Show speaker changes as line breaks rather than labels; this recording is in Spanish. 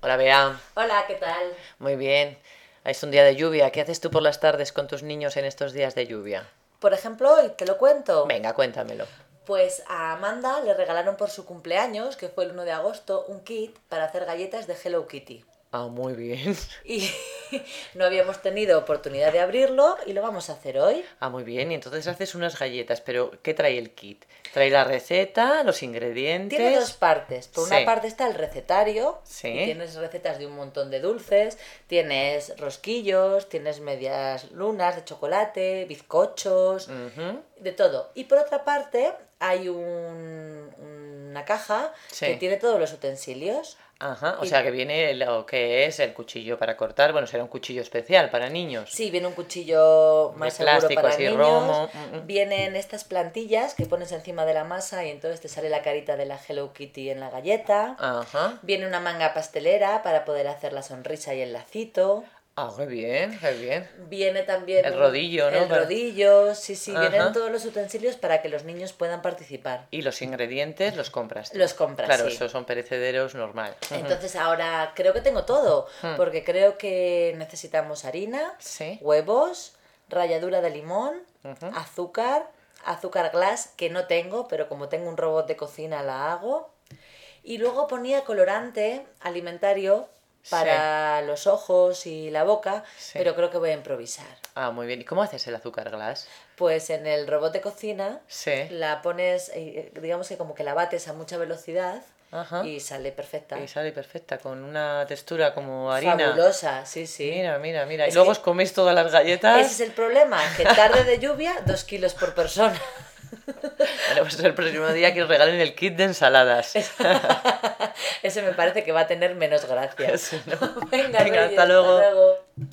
Hola, Bea.
Hola, ¿qué tal?
Muy bien. Es un día de lluvia. ¿Qué haces tú por las tardes con tus niños en estos días de lluvia?
Por ejemplo, hoy te lo cuento.
Venga, cuéntamelo.
Pues a Amanda le regalaron por su cumpleaños, que fue el 1 de agosto, un kit para hacer galletas de Hello Kitty.
Ah, muy bien.
Y no habíamos tenido oportunidad de abrirlo y lo vamos a hacer hoy.
Ah, muy bien. Y entonces haces unas galletas, pero ¿qué trae el kit? Trae la receta, los ingredientes.
Tiene dos partes. Por
Sí.
una parte está el recetario.
Sí.
y tienes recetas de un montón de dulces, tienes rosquillos, tienes medias lunas de chocolate, bizcochos,
Ujú.
de todo. Y por otra parte hay un- una caja
Sí.
que tiene todos los utensilios.
Ajá. O
Y-
sea que viene lo que es el cuchillo para cortar. Bueno, será un cuchillo especial para niños.
Sí, viene un cuchillo
De
más
plástico,
seguro para
así,
niños.
romo, mm, mm.
Vienen estas plantillas que pones encima de la masa y entonces te sale la carita de la Hello Kitty en la galleta.
Ajá.
Viene una manga pastelera para poder hacer la sonrisa y el lacito.
Ah, muy bien, muy bien.
Viene también...
El
un-
rodillo, ¿no?
El
Para-
rodillo, sí, sí.
Ajá.
Vienen todos los utensilios para que los niños puedan participar.
Y los ingredientes los compras. tú.
Los compras,
Claro,
sí.
esos son perecederos normal. Ujú.
Entonces ahora creo que tengo todo, porque creo que necesitamos harina,
Sí.
huevos, ralladura de limón,
Ujú.
azúcar, azúcar glass que no tengo, pero como tengo un robot de cocina la hago. Y luego ponía colorante alimentario para los ojos y la boca,
Sí.
pero creo que voy a improvisar.
Ah, muy bien. ¿Y cómo haces el azúcar glass?
Pues en el robot de cocina
Sí.
la pones, eh, digamos que como que la bates a mucha velocidad
Ajá. Y,
y sale perfecta.
sale perfecta, con una textura como harina.
Fabulosa, sí, sí.
Mira, mira, mira.
Es
y luego os
que-
coméis todas las galletas.
Ese es el problema, que tarde de lluvia, dos kilos por persona.
Bueno, pues el próximo día que os regalen el kit de ensaladas.
Ese me parece que va a tener menos gracia.
Sí, ¿no? Venga,
Venga, Reyes,
hasta luego.
luego.